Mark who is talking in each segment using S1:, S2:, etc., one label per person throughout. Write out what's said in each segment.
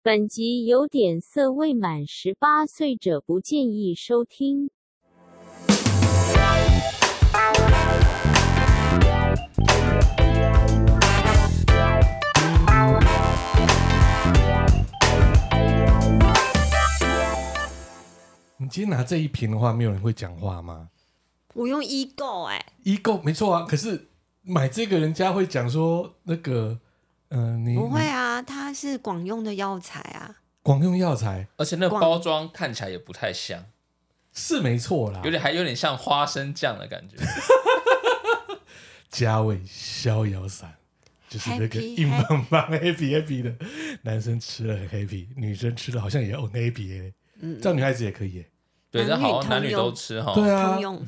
S1: 本集有点色，未满十八岁者不建议收听。
S2: 你今天拿这一瓶的话，没有人会讲话吗
S3: 我用易购哎，
S2: 一购没错啊，可是买这个人家会讲说那个，呃，你
S3: 不会
S2: 你
S3: 啊，它是广用的药材啊，
S2: 广用药材
S4: 而且那
S3: 光
S4: 包装看起来也不太像，
S2: 是没错啦
S4: 有。点还有点像花生酱的 感觉。
S2: 嘉伟逍遥散就是那个
S3: Happy，
S2: 硬邦邦 happy happy 的，男生吃了很 happy，女生吃了好像也很 happy 耶
S3: 嗯
S2: 这样女孩子也可以耶。
S4: 对，
S3: 男
S4: 这
S3: 女
S4: 好像男
S3: 通
S4: 女
S3: 用
S4: 都吃哈。
S2: 对啊
S3: 通，用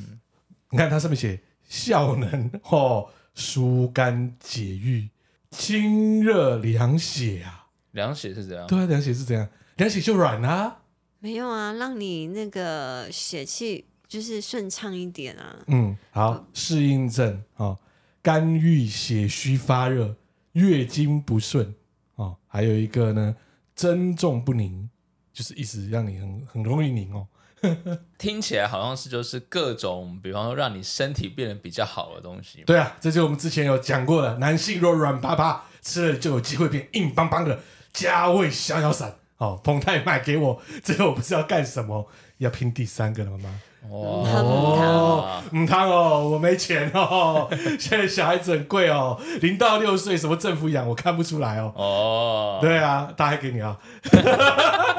S2: 你看它上面写效能哦，疏肝解郁、清热凉血啊。
S4: 凉血是怎样？
S2: 对啊，凉血是怎样？凉血就软啊。
S3: 没有啊，让你那个血气就是顺畅一点啊。
S2: 嗯，好，适应症哦，肝郁血虚发热、月经不顺哦，还有一个呢，增重不宁，就是一直让你很很容易拧哦。
S4: 听起来好像是就是各种，比方说让你身体变得比较好的东西。
S2: 对啊，这就是我们之前有讲过的，男性若软趴趴，吃了就有机会变硬邦邦的加味逍遥散。哦，彭太买给我， 这个我不知道干什么，要拼第三个了吗？
S4: 哇，
S3: 很母汤
S2: 哦，母汤哦，我没钱哦，现在小孩子很贵哦，零到六岁什么政府养我看不出来哦。
S4: 哦，
S2: 对啊，大黑给你啊！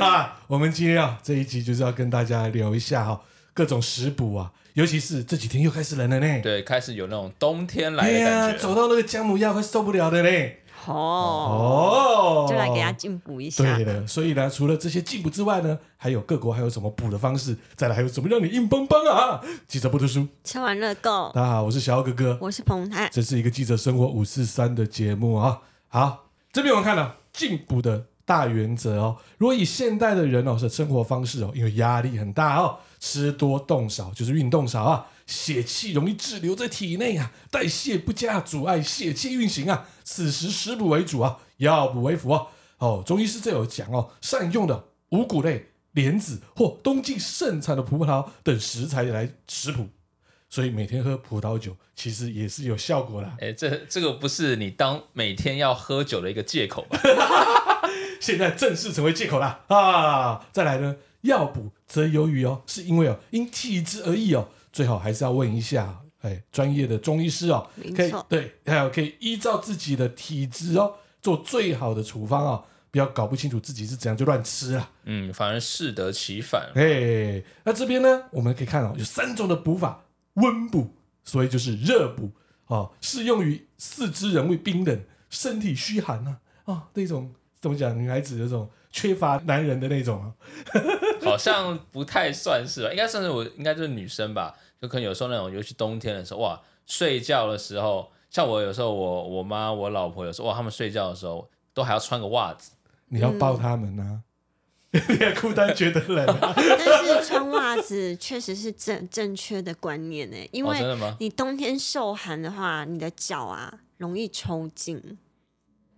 S2: 啊，我们今天啊这一集就是要跟大家聊一下哈、各种食补啊，尤其是这几天又开始冷了呢。
S4: 对，开始有那种冬天来
S2: 哎
S4: 的
S2: 呀，
S4: 感
S2: 走
S4: 觉。
S2: 到那个姜母鸭快受不了的嘞。
S3: 哦，
S2: 哦，
S3: 就来给他进补一下
S2: 对。的，所以呢，除了这些进补之外呢，还有各国还有什么补的方式？再来还有什么让你硬邦邦啊？记者不读书，
S3: 吃完热狗，
S2: 大家好，我是小奥哥哥，
S3: 我是彭泰，
S2: 这是一个记者生活五四三的节目啊。好，这边我们看了进补的大原则哦。如果以现代的人哦的生活方式哦，因为压力很大哦，吃多动少就是运动少啊，血气容易滞留在体内啊，代谢不佳阻碍血气运行啊。此时食补为主啊，药补为辅啊。哦，中医师这有讲哦，善用的五谷类、莲子或冬季盛产的葡萄等食材来食补。所以每天喝葡萄酒其实也是有效果啦。
S4: 哎，这这个不是你当每天要喝酒的一个借口吧？
S2: 现在正式成为借口啦啊！再来呢，药补则有余哦，是因为哦因体质而异哦，最好还是要问一下哎专业的中医师哦
S3: 没，
S2: 可以
S3: 错
S2: 对，还有可以依照自己的体质哦做最好的处方哦，不要搞不清楚自己是怎样就乱吃啦。
S4: 嗯，反而适得其反。
S2: 哎，那这边呢，我们可以看哦，有三种的补法：温补，所以就是热补哦，适用于四肢仍未冰冷、身体虚寒啊哦，那种怎么讲，女孩子那种缺乏男人的那种啊，
S4: 好像不太算是吧，应该算是我应该就是女生吧，就可能有时候那种，尤其冬天的时候，哇，睡觉的时候，像我有时候我我妈我老婆有时候哇，他们睡觉的时候都还要穿个袜子，
S2: 你要抱他们啊， 你也孤单觉得冷啊，
S3: 但是穿袜子确实是正正确的观念呢，因
S4: 哦真的
S3: 为
S4: 吗
S3: 你冬天受寒的话，你的脚啊容易抽筋。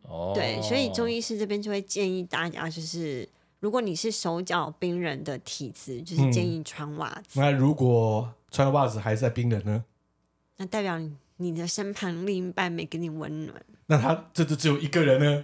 S4: 哦，
S3: 对，所以中医师这边就会建议大家，就是如果你是手脚冰冷的体质，就是建议穿袜
S2: 嗯
S3: 子，
S2: 那如果穿袜子还在冰冷呢？
S3: 那代表你你的身旁另一半没给你温暖，
S2: 那他这就只有一个人呢，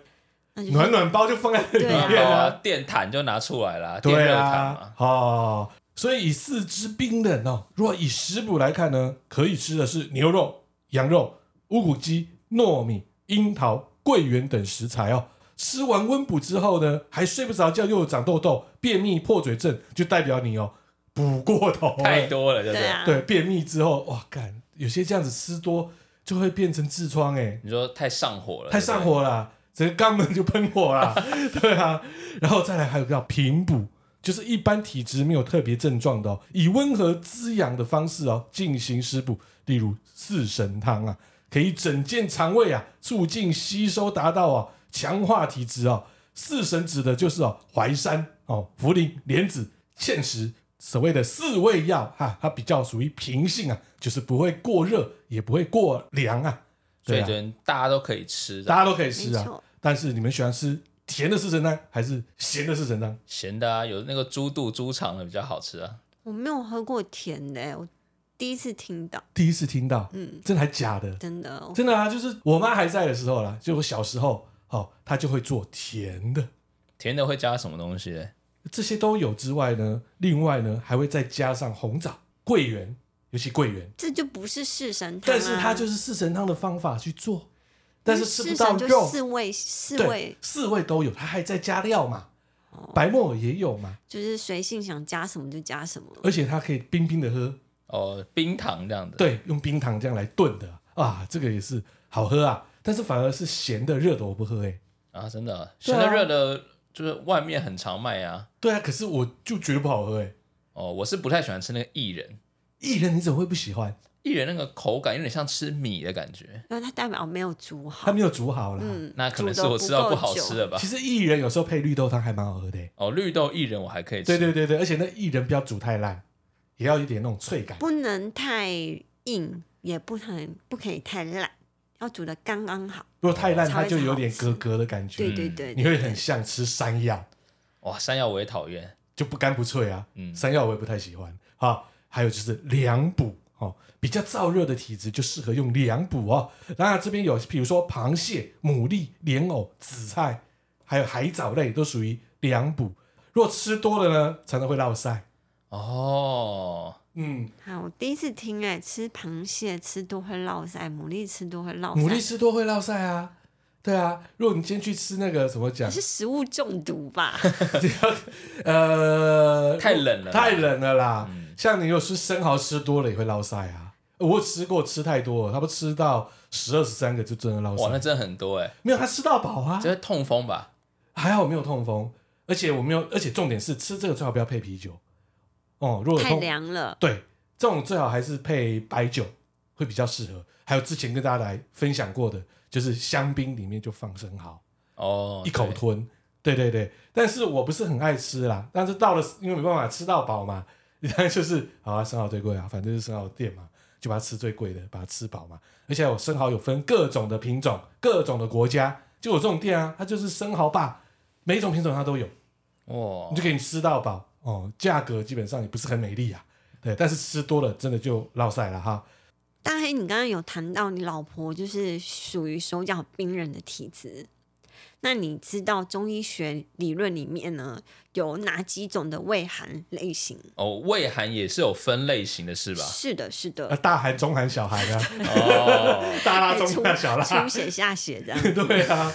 S3: 那就是
S2: 暖暖包就放在那里
S3: 对啊
S2: 面
S4: 然
S2: 啊
S4: 后。电毯就拿出来啦，电
S2: 对
S4: 热毯
S2: 啊
S4: 嘛，，
S2: 哦，所以以四肢冰冷哦，如果以食补来看呢，可以吃的是牛肉、羊肉、乌骨鸡、糯米、樱桃、桂圆等食材哦。吃完温补之后呢，还睡不着觉，又有长痘痘、便秘、破嘴症，就代表你哦补过头了
S4: 太多了，对不
S3: 对
S4: 对？
S3: 啊，
S2: 对，便秘之后，哇，干，有些这样子吃多就会变成痔疮哎、
S4: 你说太上火了，
S2: 太上火啦，整个肛门就喷火 啦，对啊，然后再来还有个叫平补，就是一般体质没有特别症状的、哦，以温和滋养的方式哦进行食补，例如四神汤啊，可以整健肠胃啊，促进吸收，达到哦强化体质哦。四神指的就是哦淮山哦、茯苓、莲子、芡实。所谓的四味药哈，它比较属于平性啊，就是不会过热，也不会过凉啊。
S4: 对不对，所
S2: 对
S4: 以
S2: 啊
S4: 就大家都可以吃的
S2: 大家都可以
S3: 没
S2: 吃啊
S3: 错。
S2: 但是你们喜欢吃甜的四神汤还是咸的四神汤？
S4: 咸的啊，有那个猪肚猪肠的比较好吃啊。
S3: 我没有喝过甜的、欸，我第一次听到，
S2: 第一次听到，
S3: 嗯，
S2: 真的还假的？
S3: 真的哦，
S2: 真的啊，就是我妈还在的时候啦，就我小时候，哦，她就会做甜的，
S4: 甜的会加什么东西？
S2: 这些都有之外呢，另外呢还会再加上红枣、桂圆，尤其桂圆，
S3: 这就不是四神汤、啊，
S2: 但是它就是四神汤的方法去做，但是吃
S3: 四
S2: 不到
S3: 神就
S2: 肉，
S3: 四味四
S2: 对
S3: 味，，
S2: 四味都有，它还在加料嘛，
S3: 哦
S2: 白木耳也有嘛，
S3: 就是随性想加什么就加什么。
S2: 而且它可以冰冰的喝，
S4: 哦，冰糖这样的。，
S2: 对，用冰糖这样来炖的啊，这个也是好喝啊，但是反而是咸的、热的我不喝哎、欸
S4: 啊，真的啊，
S2: 对
S4: 咸
S2: 啊
S4: 的热的，就是外面很常卖啊。
S2: 对啊，可是我就觉得不好喝哎、欸
S4: 哦，我是不太喜欢吃那个薏仁，
S2: 薏仁你怎么会不喜欢？
S4: 薏仁那个口感有点像吃米的感觉，
S3: 因为它代表没有煮
S2: 它
S3: 好，
S2: 没有煮好啦。
S3: 嗯，
S4: 那可能是
S3: 煮得
S4: 我吃到
S3: 不
S4: 不好
S3: 够久
S4: 吃的吧
S2: 其。实薏仁有时候配绿豆汤还蛮好喝的、欸
S4: 哦，绿豆薏仁我还可以吃，
S2: 对对对对，而且那薏仁不要煮太烂，也要有一点那种脆感。
S3: 不能太硬，也不能不可以太烂，要煮的刚刚好。
S2: 如果太烂，
S3: 才
S2: 它
S3: 会
S2: 就有点
S3: 好吃
S2: 咯咯的感觉，
S3: 对对对，
S2: 嗯你
S3: 对
S2: 会很像吃山药，
S4: 哇，山药我也讨厌。
S2: 就不干不脆啊。
S4: 嗯
S2: 山药我也不太喜欢啊。还有就是凉补哦，比较燥热的体质就适合用凉补哦。当然这边有，比如说螃蟹、牡蛎、莲藕、紫菜，还有海藻类都属于凉补。如果吃多了呢，常常会落腮。
S4: 哦，
S2: 嗯，
S3: 啊，我第一次听哎、吃螃蟹吃多会落腮，牡蛎吃多会落
S2: 牡蛎
S3: 腮，
S2: 吃多会落腮啊。对啊，如果你今天去吃那个怎么讲
S3: 是，食物中毒吧？
S2: 呃，
S4: 太冷了，嗯
S2: 太。冷了啦。像你有吃生蚝吃多了也会落腮啊。我有吃过吃太多了，他不吃到十二十三个就真的落
S4: 哇，那
S2: 腮。
S4: 真的很多哎、
S2: 没有，他吃到饱啊
S4: 这，会痛风吧？
S2: 还好没有痛风，而且我没有，而且重点是吃这个最好不要配啤酒哦。如果有
S3: 太
S2: 痛，
S3: 凉了，
S2: 对，这种最好还是配白酒会比较适合。还有之前跟大家来分享过的，就是香槟里面就放生蚝，
S4: 哦，
S2: 一口
S4: 对
S2: 吞。对对对，但是我不是很爱吃啦。但是到了，因为没办法吃到饱嘛， 你当然就是好啊，生蚝最贵啊，反正就是生蚝店嘛，就把它吃最贵的，把它吃饱嘛。而且我生蚝有分各种的品种、各种的国家，就有这种店啊，它就是生蚝吧，每一种品种它都有，
S4: 哇
S2: 你就，给你吃到饱哦。价格基本上也不是很美丽啊，对，但是吃多了真的就落塞了哈。
S3: 大黑，你刚刚有谈到你老婆就是属于手脚冰冷的体质，那你知道中医学理论里面呢有哪几种的胃寒类型？
S4: 哦，胃寒也是有分类型的，是吧？
S3: 是的，是
S2: 呃，
S3: 的，
S2: 大寒、中寒、小寒啊，
S4: 哦，
S2: 大辣、中
S3: 出
S2: 辣、小
S3: 出
S2: 辣，
S3: 血下血这样。
S2: 对啊，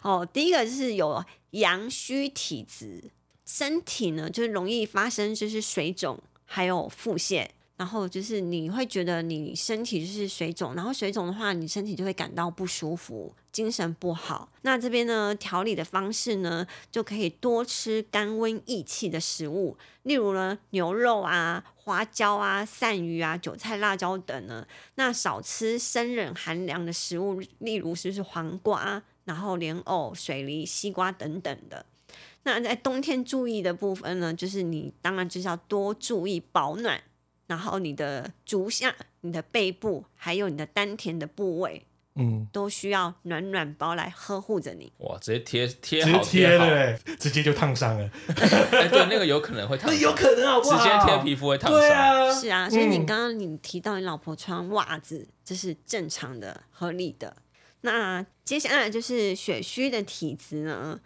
S3: 哦，第一个就是有阳虚体质，身体呢就是容易发生就是水肿，还有腹泻。然后就是你会觉得你身体就是水肿，然后水肿的话，你身体就会感到不舒服，精神不好。那这边呢，调理的方式呢，就可以多吃甘温益气的食物，例如呢牛肉啊、花椒啊、鳝鱼啊、韭菜、辣椒等呢，那少吃生冷寒凉的食物，例如就是黄瓜，然后莲藕、水梨、西瓜等等的。那在冬天注意的部分呢，就是你当然就是要多注意保暖，然后你的足下、你的背部，还有你的丹田的部位，
S2: 嗯。
S3: 都需要暖暖包来呵护着你。
S4: 哇，直接贴贴
S2: 直接
S4: 好
S2: 贴
S4: 好
S2: 了，，嘞，直接就烫伤了。
S4: 哎，对，那个有可能会烫
S2: 那
S4: 伤，
S2: 有可能好不好？
S4: 直接贴皮肤会烫
S2: 对
S4: 伤。
S2: 啊，
S3: 是啊，所以你
S2: 嗯
S3: 刚刚你提到你老婆穿袜子，这是正常的、合理的。那接下来就是血虚的体质呢，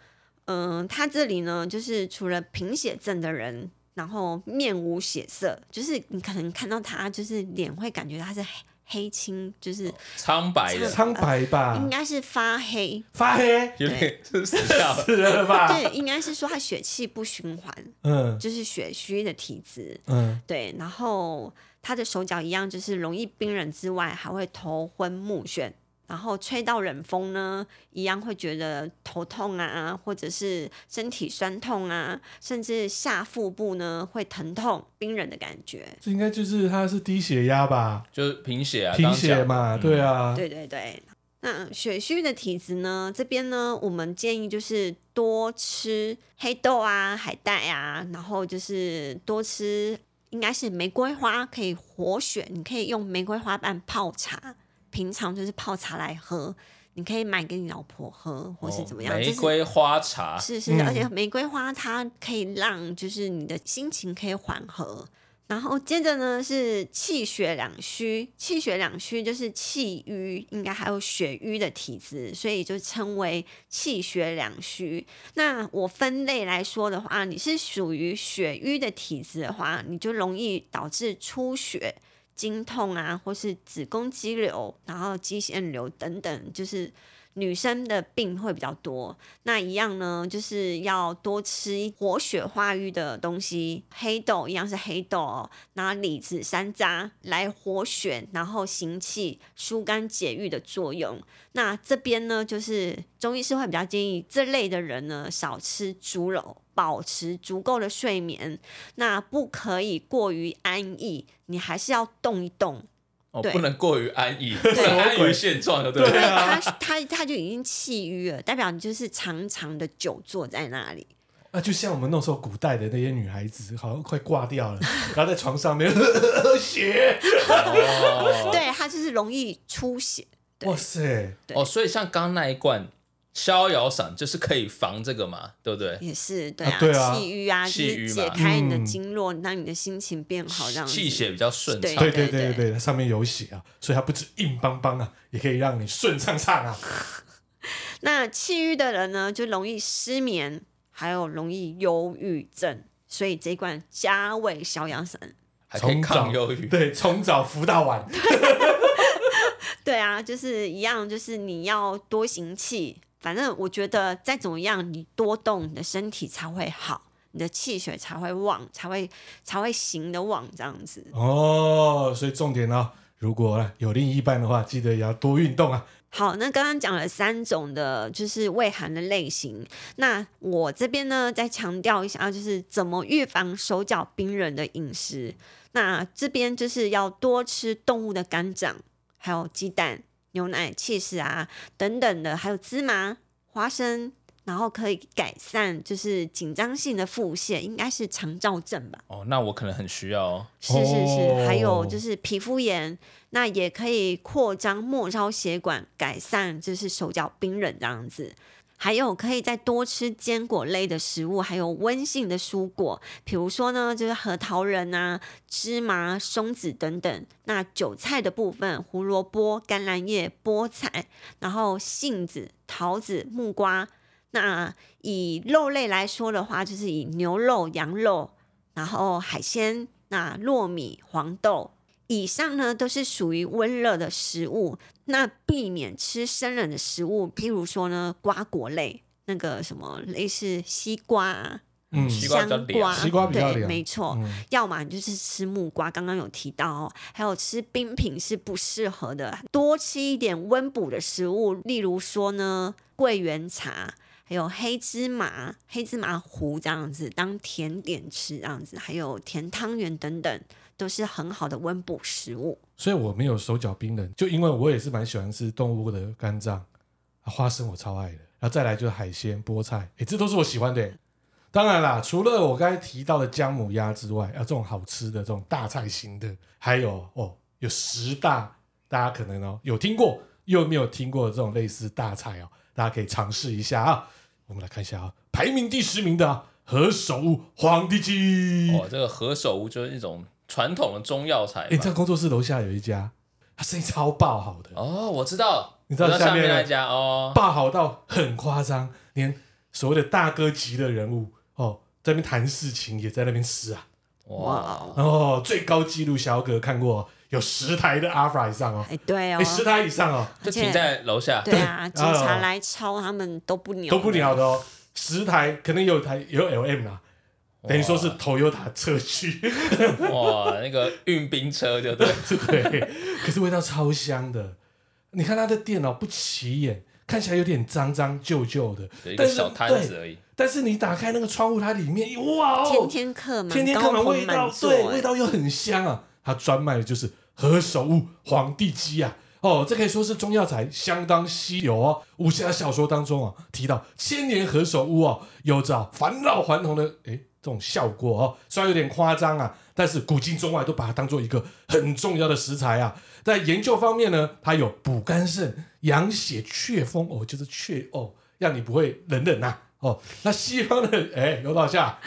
S3: 嗯、它这里呢就是除了贫血症的人，然后面无血色，就是你可能看到他就是脸会感觉他是黑黑青，就是
S4: 苍白的，
S2: 苍白吧
S3: 应，该是发黑，
S2: 发黑，
S4: 呃有点是死掉了。
S2: 死了吧？
S3: 对，应该是说他血气不循环，
S2: 嗯
S3: 就是血虚的体质。
S2: 嗯，
S3: 对，然后他的手脚一样，就是容易冰冷之外，还会头昏目眩，然后吹到冷风呢，一样会觉得头痛啊，或者是身体酸痛啊，甚至下腹部呢会疼痛、冰冷的感觉。
S2: 这应该就是他是低血压吧，
S4: 就是贫血啊，
S2: 贫
S4: 刚
S2: 血
S4: 讲
S2: 嘛，
S4: 嗯
S2: 对啊，
S3: 对对对，那血虚的体质呢，这边呢，我们建议就是多吃黑豆啊、海带啊，然后就是多吃应该是玫瑰花可以活血，你可以用玫瑰花瓣泡茶，平常就是泡茶来喝。你可以买给你老婆喝，或是怎么样，
S4: 哦
S3: 这
S4: 玫
S3: 是
S4: 瑰花茶，
S3: 是是，而且
S2: 嗯
S3: 玫瑰花它可以让就是你的心情可以缓和。然后接着呢是气血两虚，气血两虚就是气瘀，应该还有血瘀的体质，所以就称为气血两虚。那我分类来说的话，你是属于血瘀的体质的话，你就容易导致出血、经痛啊，或是子宫肌瘤，然后肌腺瘤等等，就是女生的病会比较多。那一样呢，就是要多吃活血化瘀的东西，黑豆一样是黑豆、哦，然后李子、山楂来活血，然后行气、疏肝解郁的作用。那这边呢，就是中医师会比较建议这类的人呢，少吃猪肉，保持足够的睡眠，那不可以过于安逸，你还是要动一动。
S4: 哦，
S3: 对
S4: 不能过于安逸，不能安
S2: 啊
S4: 于现状，对不
S3: 因为
S4: 对？
S3: 他他他就已经气瘀了，代表你就是常常的久坐在那里。
S2: 那啊就像我们那时候古代的那些女孩子，好像快挂掉 了，然后在床上面 喝血，
S4: 哦，
S3: 对，它就是容易出血。对
S2: 哇塞，
S4: 哦，所以像刚刚那一罐逍遥散就是可以防这个嘛，对不对？
S3: 也是对
S2: 啊
S3: 啊，
S2: 对啊
S3: 气郁啊，就
S4: 气郁
S3: 是
S4: 嘛
S3: 解开你的
S2: 嗯
S3: 经络，让你的心情变好，这样子
S4: 气血比较顺畅。
S2: 对对
S3: 对
S2: 对
S3: 对
S2: 对，它上面有血啊，所以它不止硬邦邦啊，也可以让你顺畅畅啊。
S3: 那气郁的人呢，就容易失眠，还有容易忧郁症，所以这一罐加味逍遥散，
S4: 还可以
S2: 从早
S4: 抗忧郁。
S2: 对，从早服到晚，
S3: 对啊，就是一样，就是你要多行气。反正我觉得再怎么样，你多动，你的身体才会好，你的气血才会旺，才会才会行得旺这样子。
S2: 哦，所以重点呢、如果啊有另一半的话，记得也要多运动啊。
S3: 好，那刚刚讲了三种的，就是胃寒的类型。那我这边呢，再强调一下，啊就是怎么预防手脚冰冷的饮食。那这边就是要多吃动物的肝脏，还有鸡蛋、牛奶、cheese 啊等等的，还有芝麻、花生，然后可以改善就是紧张性的腹泻，应该是肠燥症吧。
S4: 哦，那我可能很需要哦。
S3: 是是
S2: 哦
S3: 是，还有就是皮肤炎，那也可以扩张末梢血管，改善就是手脚冰冷这样子。还有可以再多吃坚果类的食物，还有温性的蔬果，比如说呢，就是核桃仁啊、芝麻、松子等等。那韭菜的部分，胡萝卜、橄榄叶、菠菜，然后杏子、桃子、木瓜。那以肉类来说的话，就是以牛肉、羊肉，然后海鲜、那糯米、黄豆，以上呢都是属于温热的食物。那避免吃生冷的食物，譬如说呢，瓜果类，那个什么类似西瓜啊、
S2: 嗯，
S4: 西瓜
S3: 香
S4: 比较凉
S3: 瓜，
S2: 西瓜比较
S3: 对，
S2: 凉
S3: 没错。
S2: 嗯
S3: 要么你就是吃木瓜，刚刚有提到哦，还有吃冰品是不适合的，多吃一点温补的食物，例如说呢，桂圆茶，还有黑芝麻、黑芝麻糊这样子当甜点吃，这样子，还有甜汤圆等等，都是很好的温补食物。
S2: 所以我没有手脚冰冷，就因为我也是蛮喜欢吃动物的肝脏、啊花生，我超爱的。然后再来就是海鲜、菠菜，诶，这都是我喜欢的耶。当然啦，除了我刚才提到的姜母鸭之外，啊，这种好吃的这种大菜型的，还有哦，有十大大家可能哦有听过又没有听过的这种类似大菜哦，大家可以尝试一下啊。我们来看一下啊，排名第十名的、啊、何首皇帝鸡。
S4: 哦，这个何首乌就是一种传统的中药材
S2: 哎、这
S4: 嘛。
S2: 工作室楼下有一家，他生意超爆好的，
S4: 哦，我知道，
S2: 你知道
S4: 我
S2: 下
S4: 下
S2: 面
S4: 面
S2: 呢
S4: 那一家哦。
S2: 爆好到很夸张，连所谓的大哥级的人物哦，在那边谈事情，也在那边吃啊。
S3: 哦
S4: 哇，
S2: 然后最高纪录小哥看过有十台的阿尔法以上哦，
S3: 哎，对
S2: 哎、
S3: 哦，
S2: 十台以上哦
S4: 就停在楼下。
S3: 对啊，警
S2: 啊
S3: 察来抄他们都不鸟，
S2: 都不鸟的哦，十台可能有台有 LM 啦，
S4: 哇
S2: 等于说是 Toyota 车区，
S4: 哇，那个运兵车就对，
S2: 对，可是味道超香的。你看他的店哦，不起眼，看起来有点脏脏旧旧的
S4: 有一，个
S2: 但是
S4: 小摊
S2: 对
S4: 子而已。
S2: 但是你打开那个窗户，它里面哇哦，
S3: 天天客满，
S2: 天天
S3: 高
S2: 看完
S3: 朋
S2: 味
S3: 满
S2: 道，
S3: 座
S2: 对，
S3: 哎
S2: 味道又很香啊。它专卖的就是何首乌皇帝鸡啊，哦，这可以说是中药材相当稀有哦。武侠小说当中啊提到千年何首乌哦，有着啊返老还童的诶这种效果哦，虽然有点夸张啊，但是古今中外都把它当做一个很重要的食材啊。在研究方面呢，它有补肝肾、养血、祛风哦，就是祛哦，让你不会冷冷呐、哦，那西方的哎，刘老夏，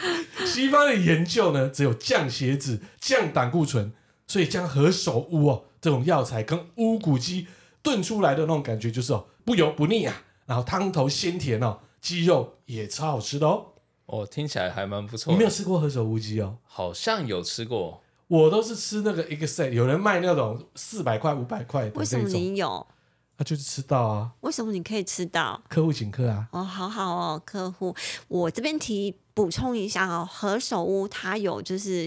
S2: 西方的研究呢，只有降血脂、降胆固醇，所以将何首乌哦这种药材跟乌骨鸡炖出来的那种感觉，就是哦不油不腻啊，然后汤头鲜甜哦，鸡肉也超好吃的哦。
S4: 哦，听起来还蛮不错
S2: 你
S4: 的。
S2: 没有吃过何首乌鸡哦？
S4: 好像有吃过，
S2: 我都是吃那个一个 set，有人卖那种四百块、五百块的
S3: 为什么
S2: 那种，
S3: 你有？
S2: 他、就是吃到啊，
S3: 为什么你可以吃到？
S2: 客户请客啊。
S3: 哦，好好哦，客户，我这边提补充一下哦，何首乌它有就是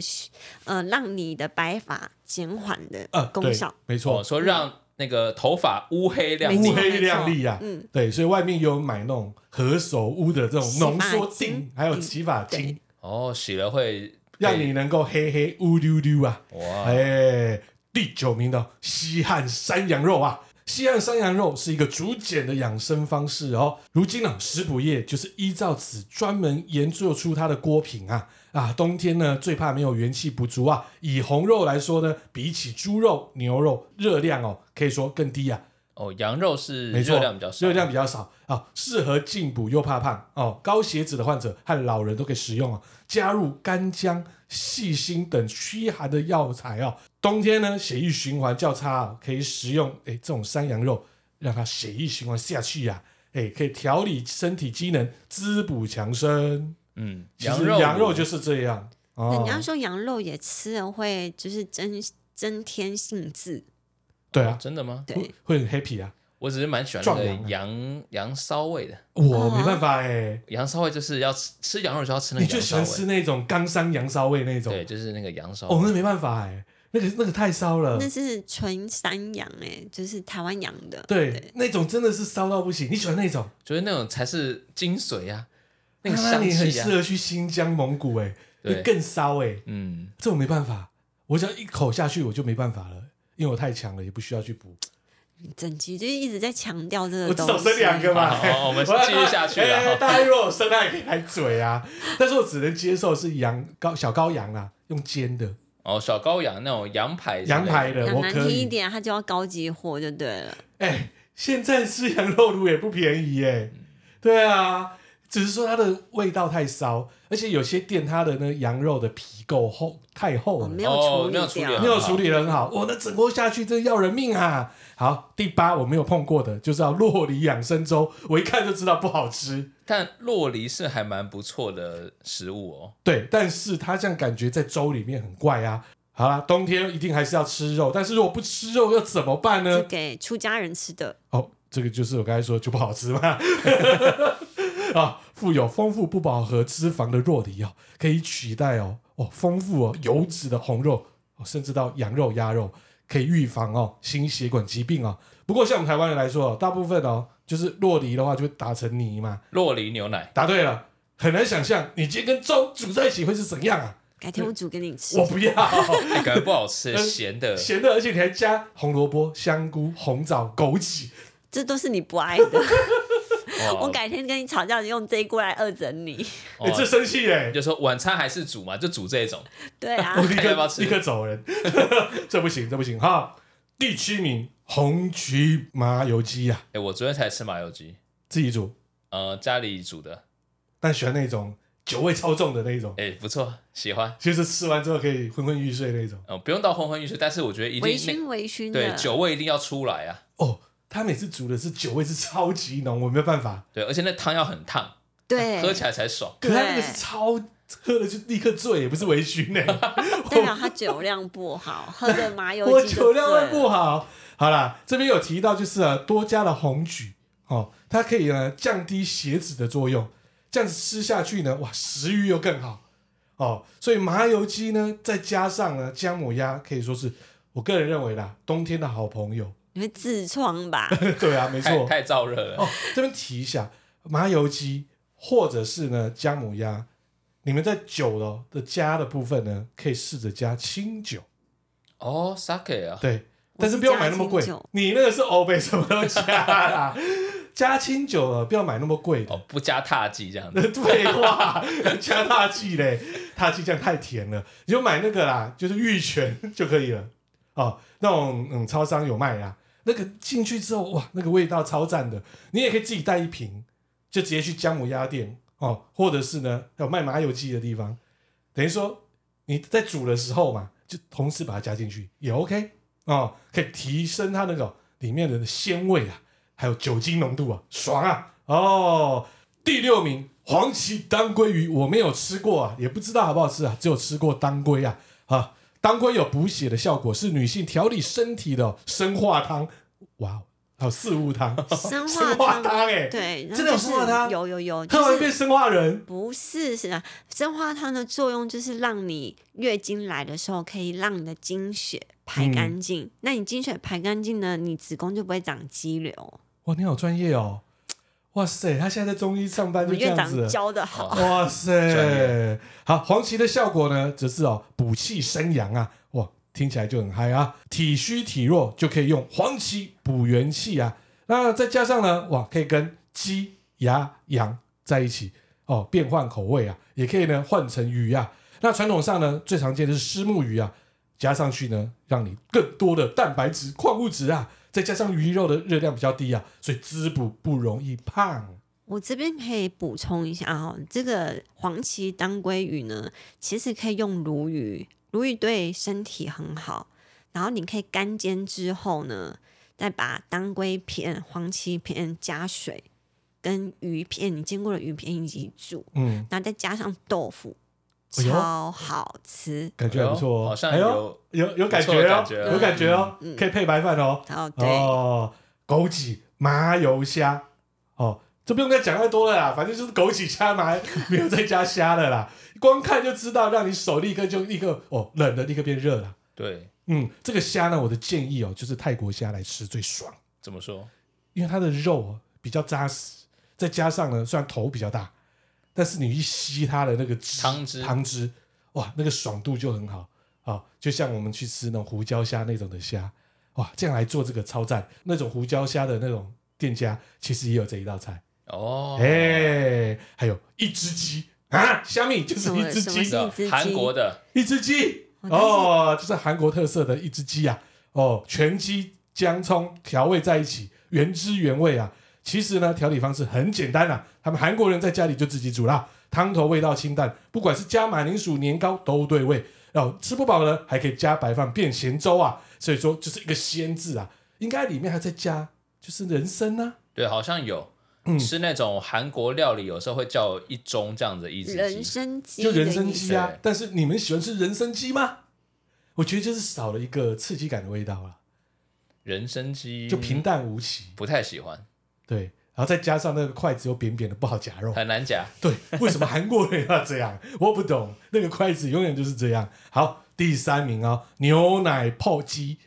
S3: 呃让你的白发减缓的
S2: 呃，
S3: 功
S2: 对
S3: 效，，
S2: 没
S4: 我、
S2: 错，
S4: 哦说让那个头发乌黑亮
S3: 没错
S2: 乌
S4: 晶，
S2: 黑亮丽啊
S3: 没错嗯，
S2: 对，所以外面有买那种何首乌的这种浓缩锭
S3: 洗发精，嗯
S2: 还有洗发精
S3: 对，
S4: 哦，洗了会
S2: 让你能够黑黑乌溜溜啊！
S4: 哇，
S2: 哎，第九名的西汉山羊肉啊，西汉山羊肉是一个竹简的养生方式哦。如今呢、食谱业就是依照此专门研究出它的锅品啊啊，冬天呢最怕没有元气不足啊。以红肉来说呢，比起猪肉、牛肉，热量哦可以说更低啊。
S4: 哦，羊肉是
S2: 没错，
S4: 热量比较少，
S2: 热量比较少啊，适合进补又怕胖哦，高血脂的患者和老人都可以食用啊。加入干姜、细辛等驱寒的药材哦。冬天呢，血液循环较差、哦，可以食用诶这种山羊肉，让它血液循环下去呀、啊，诶可以调理身体机能，滋补强身。
S4: 嗯，
S2: 其实
S4: 羊肉
S2: 羊肉就是这样哦。
S3: 那你要说羊肉也吃了会就是增增添兴致，
S2: 对啊，
S4: 真的吗？
S3: 对
S2: 会会很 happy 啊。
S4: 我只是蛮喜欢那
S2: 壮
S4: 个
S2: 阳啊
S4: 羊羊骚味的，
S2: 我没办法哎、
S4: 羊骚味就是要吃吃羊肉就要吃那个
S2: 你就
S4: 羊
S2: 喜
S4: 骚味，
S2: 欢吃那种冈山羊骚味那种，
S4: 对，就是那个羊骚
S2: 哦，
S4: 味。
S2: 那没办法哎，那个那个太骚了
S3: 那。是纯山羊哎、就是台湾羊的，
S2: 对，那种真的是骚到不行。你喜欢那种？啊
S4: 就是那种才是精髓呀、那个
S2: 那
S4: 香
S2: 你很
S4: 气啊
S2: 适
S4: 呀、
S2: 合去新疆、蒙古哎，
S4: 对
S2: 你更骚哎，
S4: 嗯，
S2: 这我没办法，我只要一口下去我就没办法了。因为我太强了，也不需要去补。
S3: 整集就是一直在强调这
S2: 我
S3: 个
S2: 至
S3: 东
S2: 少
S3: 西。
S2: 生两个嘛。
S4: 好好好我们
S2: 要
S4: 继续下去啊
S2: 哎哎大家如果有生，那也可以来嘴啊。但是我只能接受是羊羔小羔羊啊，用煎的
S4: 哦，小羔羊那种羊排之类，
S2: 羊排的，
S3: 讲
S2: 我
S3: 难
S2: 可
S3: 听一
S2: 以。
S3: 点，它就要高级货就对了。
S2: 哎，现在吃羊肉炉也不便宜哎。对啊，只是说它的味道太骚，而且有些店它的那羊肉的皮够厚，太厚了
S3: 哦，。没有
S4: 哦
S3: 处
S4: 没有
S3: 理
S4: 处理
S3: 掉，
S4: 好
S2: 没有处理的很好，我那整锅下去真要人命啊！好，第八我没有碰过的，就是要洛梨养生粥，我一看就知道不好吃。
S4: 但洛梨是还蛮不错的食物哦。
S2: 对，但是它这样感觉在粥里面很怪啊。好啦，冬天一定还是要吃肉，但是如果不吃肉又怎么办
S3: 是
S2: 呢？
S3: 给出家人吃的。
S2: 哦，这个就是我刚才说就不好吃嘛。 啊，富有丰富不饱和脂肪的肉梨哦，可以取代哦哦丰富哦油脂的红肉、哦，甚至到羊肉、鸭肉，可以预防哦心血管疾病哦。不过像我们台湾人来说、哦，大部分哦就是洛梨的话就会打成泥嘛。
S4: 洛梨牛奶，
S2: 答对了，很难想象你今天跟粥煮在一起会是怎样啊！
S3: 改天我煮给你 吃
S2: 我。不要
S4: 哎感觉不好吃，
S2: 嗯
S4: 咸的。
S2: 咸的，而且你还加红萝卜、香菇、红枣、枸杞，
S3: 这都是你不 爱的。
S4: 哇
S3: 我改天跟你吵架，你用这一锅来恶整 你。
S2: 哎、这
S4: 哦
S2: 生气耶、
S4: 就说晚餐还是煮嘛，就煮这种。
S3: 对啊
S2: 我， 立
S4: 看要不要
S2: 刻
S4: 吃
S2: 立刻走人， 这不行，这不行哈。第七名红曲麻油鸡啊，
S4: 哎，我昨天才吃麻油鸡，
S2: 自己煮，
S4: 呃，家里煮的，
S2: 但喜欢那种酒味超重的那种，
S4: 哎，不错，喜欢。
S2: 就是吃完之后可以昏昏欲睡那种。
S4: 嗯，不用到昏昏欲睡，但是我觉得一
S3: 微
S4: 定
S3: 醺微醺
S4: 那
S3: 的。
S4: 对酒味一定要出来啊。
S2: 哦，他每次煮的是酒味是超级浓，我没有办法。
S4: 对，而且那汤要很烫，
S3: 对
S4: 喝起来才爽。
S2: 可他那个是超喝了就立刻醉，也不是微醺呢、
S3: 代表他酒量不好，喝的麻油
S2: 我
S3: 鸡就
S2: 酒量
S3: 醉
S2: 会
S3: 了
S2: 不好。好啦，这边有提到就是啊，多加了红曲哦，它可以呢降低血脂的作用，这样子吃下去呢，哇，食欲又更好哦。所以麻油鸡呢，再加上呢姜母鸭，可以说是我个人认为啦，冬天的好朋友。
S3: 你会痔疮吧？
S2: 对啊，没
S4: 太
S2: 错。
S4: 太燥热了。
S2: 哦，这边提一下，麻油鸡或者是呢姜母鸭，你们在酒的的加的部分呢，可以试着加清酒。
S4: 哦，sake 啊，
S2: 对，但是不要买那么贵
S3: 我是加清酒，
S2: 你那个是欧贝什么都加啦，加清酒了，不要买那么贵 的。
S4: 哦，不加踏剂这 样子，
S2: 对哇，加大剂嘞，大剂酱太甜了，你就买那个啦，就是玉泉就可以了。哦，那种嗯，超商有卖啦。那个进去之后，哇，那个味道超赞的。你也可以自己带一瓶，就直接去姜母鸭店哦，或者是呢，还有卖麻油鸡的地方，等于说你在煮的时候嘛，就同时把它加进去也 OK 哦，可以提升它那种里面的鲜味啊，还有酒精浓度啊，爽啊哦。第六名黄鳍当归鱼，我没有吃过啊，也不知道好不好吃啊，只有吃过当归啊啊，当归有补血的效果，是女性调理身体的哦生化汤，哇哦，还有四物汤，
S3: 生
S2: 生
S3: 化
S2: 化
S3: 汤
S2: 汤哎、
S3: 对，然后
S2: 真的有
S3: 就是
S2: 生化汤
S3: 有有有，
S2: 喝完
S3: 就
S2: 变
S3: 是
S2: 生化人，
S3: 不是是啊，生化汤的作用就是让你月经来的时候可以让你的经血排干
S2: 嗯
S3: 净，那你经血排干净呢，你子宫就不会长肌瘤，
S2: 哇，你好专业哦！哇塞，他现在在中医上班
S3: 我
S2: 就
S3: 们
S2: 这
S3: 院
S2: 样子
S3: 长
S2: 了。
S3: 教的
S4: 哦
S3: 好，
S2: 哇
S4: 专
S2: 塞，好，黄芪的效果呢，则是哦补气生阳啊，哇，听起来就很嗨啊。体虚体弱就可以用黄芪补元气啊，那再加上呢，哇，可以跟鸡、鸭、羊在一起哦，变换口味啊，也可以呢换成鱼啊。那传统上呢，最常见的是虱目鱼啊，加上去呢，让你更多的蛋白质、矿物质啊，再加上鱼肉的热量比较低啊，所以滋补不容易胖。
S3: 我这边可以补充一下哦，这个黄芪当归鱼呢，其实可以用鲈鱼，鲈鱼对身体很好。然后你可以干煎之后呢，再把当归片、黄芪片加水，跟鱼片你煎过的鱼片一起煮，
S2: 嗯，
S3: 然后再加上豆腐，
S2: 哎呦
S3: 超好吃。
S2: 感觉还不错哦，
S4: 哎呦好像
S2: 哎呦
S4: 有
S2: 有有感
S4: 不
S2: 觉
S4: 错
S2: 哦
S4: 的感觉，哦
S2: 有感觉哦，
S3: 嗯
S2: 可以配白饭哦。
S3: 哦，对，
S2: 哦，枸杞麻油虾，哦，这不用再讲太多了啦，反正就是枸杞加麻， 没有再加虾了啦，光看就知道，让你手立刻就立刻哦，冷的立刻变热了。
S4: 对，
S2: 嗯，这个虾呢，我的建议哦，就是泰国虾来吃最爽，
S4: 怎么说？
S2: 因为它的肉哦比较扎实，再加上呢，虽然头比较大，但是你一吸它的那个汁
S4: 汤汁
S2: 汤汁，哇，那个爽度就很好啊、就像我们去吃那种胡椒虾那种的虾，哇，这样来做这个超赞。那种胡椒虾的那种店家其实也有这一道菜，
S4: 哦，
S2: 哎、还有一只鸡啊，虾米就是一只
S3: 什么
S2: 鸡
S3: 什么，
S4: 的
S3: 一只鸡
S4: 韩国的
S2: 一只鸡
S3: 哦但是
S2: 哦，就是韩国特色的一只鸡啊，哦，全鸡、姜、葱调味在一起，原汁原味啊。其实呢，调理方式很简单啦、他们韩国人在家里就自己煮啦，汤头味道清淡，不管是加马铃薯、年糕都对味。哦，吃不饱呢，还可以加白饭变咸粥啊。所以说，就是一个鲜字啊，应该里面还在加就是人参啊，
S4: 对，好像有
S2: 嗯。
S4: 吃那种韩国料理，有时候会叫一盅这样子一只
S3: 人
S4: 鸡，
S3: 参鸡
S2: 就
S3: 的
S2: 人参
S3: 意思
S2: 鸡啊
S4: 对。
S2: 但是你们喜欢吃人参鸡吗？我觉得就是少了一个刺激感的味道了，
S4: 人参鸡
S2: 就平，淡无奇。
S4: 不太喜欢，
S2: 对，然后再加上那个筷子又扁扁的，不好夹肉。
S4: 很难夹。
S2: 对，为什么韩国人要这样？我不懂，那个筷子永远就是这样。好，第三名啊、哦，牛奶泡鸡，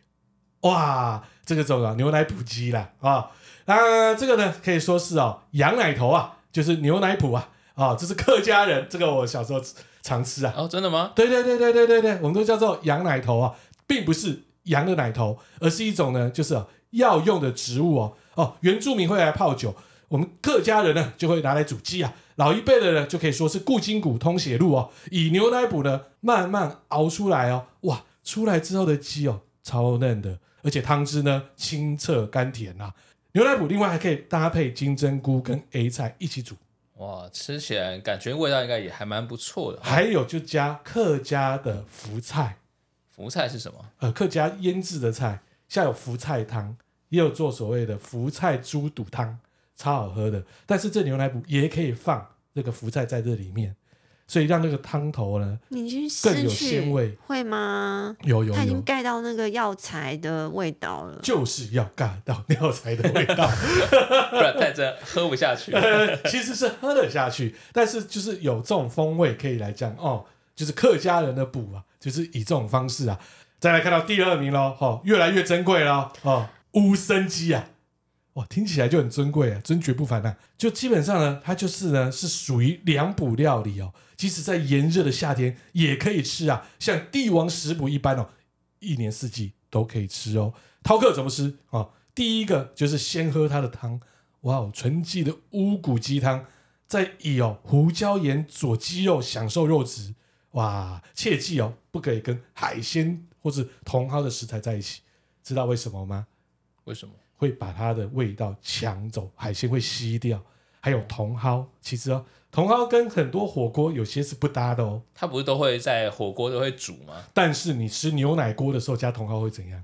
S2: 哇，这个重要，牛奶补鸡啦啊。那、这个呢，可以说是哦，羊奶头啊，就是牛奶补啊，啊，这是客家人，这个我小时候吃常吃啊。
S4: 哦，真的吗？
S2: 对对对对对对对，我们都叫做羊奶头啊，并不是羊的奶头，而是一种呢，就是、啊药用的植物哦。哦，原住民会来泡酒，我们客家人呢就会拿来煮鸡啊。老一辈的呢就可以说是固筋骨通血路哦，以牛奶补呢慢慢熬出来哦。哇，出来之后的鸡哦超嫩的，而且汤汁呢清澈甘甜啊。牛奶补另外还可以搭配金针菇跟 A 菜一起煮，
S4: 哇，吃起来感觉味道应该也还蛮不错的。哦
S2: 还有就加客家的福菜。
S4: 福菜是什么？
S2: 呃客家腌制的菜，像有福菜汤，也有做所谓的福菜猪肚汤，超好喝的。但是这牛奶补也可以放那个福菜在这里面，所以让那个汤头呢
S3: 你去试
S2: 更有
S3: 去
S2: 鲜味。
S3: 会吗？
S2: 有有
S3: 它已经
S2: 有，
S3: 盖到那个药材的味道了。
S2: 就是要尬到 尿材的味道。
S4: 不然再这样喝不下去。
S2: 呃， 其实是喝得下去，但是就是有这种风味可以来讲哦，就是客家人的补啊，就是以这种方式啊。再来看到第二名喽，哦，越来越珍贵喽，哦，乌参鸡啊，哇，听起来就很尊贵啊，尊爵不凡啊。就基本上呢，它就是呢是属于凉补料理哦，即使在炎热的夏天也可以吃啊，像帝王食补一般哦，一年四季都可以吃哦。饕客怎么吃啊？第一个就是先喝它的汤，哇哦，纯净的乌骨鸡汤，再以哦胡椒盐佐鸡肉，享受肉质。哇，切记哦，不可以跟海鲜或是茼蒿的食材在一起，知道为什么吗？
S4: 为什么？
S2: 会把它的味道抢走，海鲜会吸掉。还有茼蒿，其实哦，茼蒿跟很多火锅有些是不搭的哦。
S4: 它不是都会在火锅都会煮吗？
S2: 但是你吃牛奶锅的时候加茼蒿会怎样？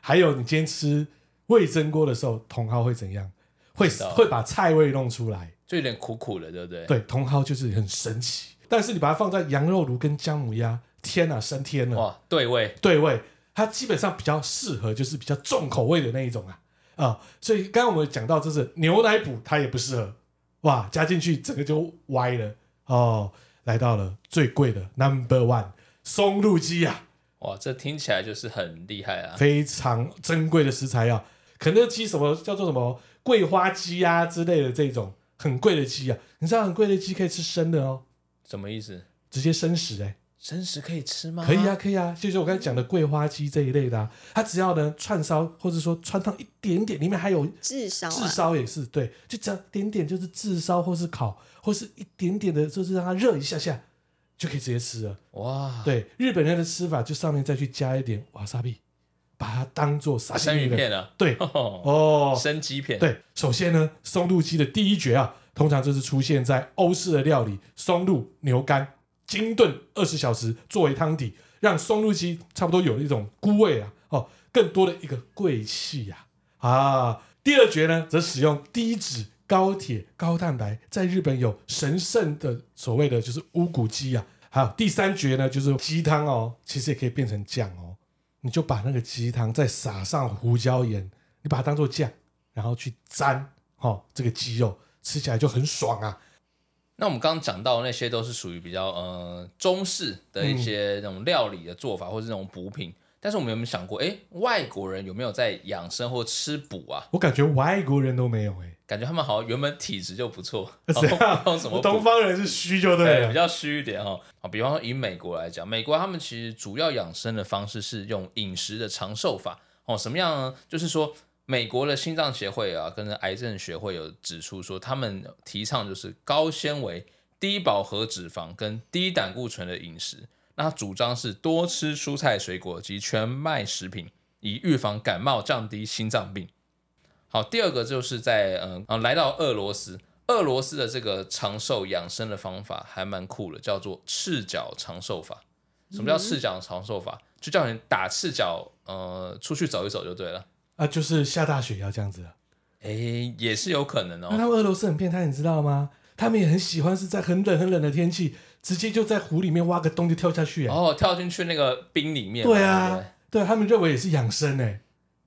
S2: 还有你今天吃味噌锅的时候，茼蒿会怎样？会
S4: 知道
S2: 会把菜味弄出来。
S4: 就有点苦苦的，对不对？，
S2: 对，茼蒿就是很神奇。但是你把它放在羊肉炉跟姜母鸭，天啊，升天了！
S4: 哇，对味，
S2: 对味，它基本上比较适合就是比较重口味的那一种啊啊、所以刚刚我们讲到，就是牛奶补它也不适合，哇，加进去整个就歪了哦。来到了最贵的 Number One 松露鸡啊，
S4: 哇，这听起来就是很厉害啊！
S2: 非常珍贵的食材啊，肯德基什么叫做什么桂花鸡啊之类的这种很贵的鸡啊，你知道很贵的鸡可以吃生的哦，
S4: 什么意思？
S2: 直接生食哎、
S4: 生食可以吃吗？
S2: 可以啊，，可以啊，就是我刚才讲的桂花鸡这一类的、啊，它只要呢串烧，或者说穿烫一点点，里面还有
S3: 至少
S2: 炙
S3: 啊，
S2: 烧也是对，就只要点点就是炙烧或是烤，或是一点点的，就是让它热一下下，就可以直接吃了。
S4: 哇，，
S2: 对，日本人的吃法就上面再去加一点瓦萨比，把它当做沙西
S4: 生
S2: 米
S4: 鱼
S2: 的
S4: 片啊，
S2: 对，
S4: 哦，
S2: 哦，
S4: 生鸡片，，
S2: 对，首先呢，松露鸡的第一绝啊，通常就是出现在欧式的料理，松露牛肝精炖二十小时作为汤底，让松露鸡差不多有一种菇味啊，哦，更多的一个贵气呀啊第二绝呢，则使用低脂、高铁、高蛋白，在日本有神圣的所谓的就是乌骨鸡啊。还有第三绝呢，就是鸡汤哦，其实也可以变成酱哦。你就把那个鸡汤再撒上胡椒盐，你把它当做酱，然后去沾哦这个鸡肉，吃起来就很爽啊。
S4: 那我们刚刚讲到的那些都是属于比较呃中式的一些
S2: 嗯
S4: 那种料理的做法，或是那种补品。但是我们有没有想过，哎，外国人有没有在养生或吃补啊？
S2: 我感觉外国人都没有哎、
S4: 感觉他们好像原本体质就不错，
S2: 是啊
S4: 然 后不用什么补
S2: 东方人是虚就对
S4: 对，
S2: 了，
S4: 比较虚一点哦。啊，比方说以美国来讲，美国他们其实主要养生的方式是用饮食的长寿法哦。什么样呢？就是说，美国的心脏协会啊，跟癌症学会有指出说，他们提倡就是高纤维、低饱和脂肪跟低胆固醇的饮食。那他主张是多吃蔬菜、水果及全麦食品，以预防感冒、降低心脏病。好，第二个就是在嗯、呃、来到俄罗斯，俄罗斯的这个长寿养生的方法还蛮酷的，叫做赤脚长寿法。什
S2: 嗯
S4: 么叫赤脚长寿法？就叫你打赤脚，呃，出去走一走就对了。
S2: 啊，就是下大雪要这样子啊。
S4: 诶，也是有可能
S2: 那他
S4: 哦。
S2: 们俄罗斯很变态，你知道吗？他们也很喜欢是在很冷很冷的天气，直接就在湖里面挖个洞就跳下去、欸。
S4: 哦，跳进去那个冰里面嘛，
S2: 对
S4: 对不
S2: 啊
S4: 对，
S2: 对他们认为也是养生哎、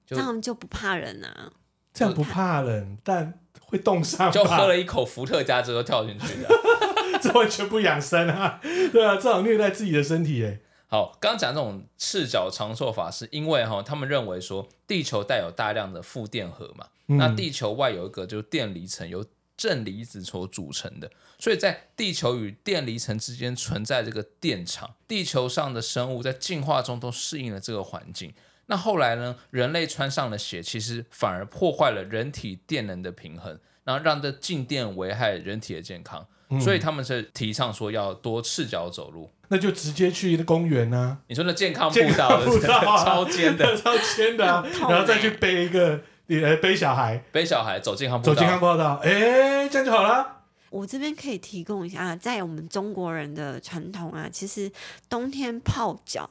S4: 就
S3: 这样就不怕人啊。
S2: 这样不怕冷，但会冻伤吧，
S4: 就喝了一口伏特加之后跳进去的。
S2: 这完全不养生啊！对啊，这好虐待自己的身体哎、
S4: 好，刚刚讲这种赤脚长寿法，是因为哈、他们认为说地球带有大量的负电荷嘛，
S2: 嗯
S4: 那地球外有一个就是电离层，由正离子所组成的，所以在地球与电离层之间存在这个电场。地球上的生物在进化中都适应了这个环境。那后来呢，人类穿上了鞋，其实反而破坏了人体电能的平衡，然后让这静电危害人体的健康。
S2: 嗯
S4: 所以他们是提倡说要多赤脚走路。
S2: 那就直接去公园啊，
S4: 你说那健康步
S2: 健
S4: 道
S2: 康
S4: 的
S2: 步道、啊、
S4: 超尖的，
S2: 超尖的、啊，
S3: 痛欸
S2: 然后再去背一个，呃，背小孩
S4: 背小孩走健康步
S2: 走健康
S4: 道，
S2: 步道，哎、这样就好了。
S3: 我这边可以提供一下，啊在我们中国人的传统啊，其实冬天泡脚，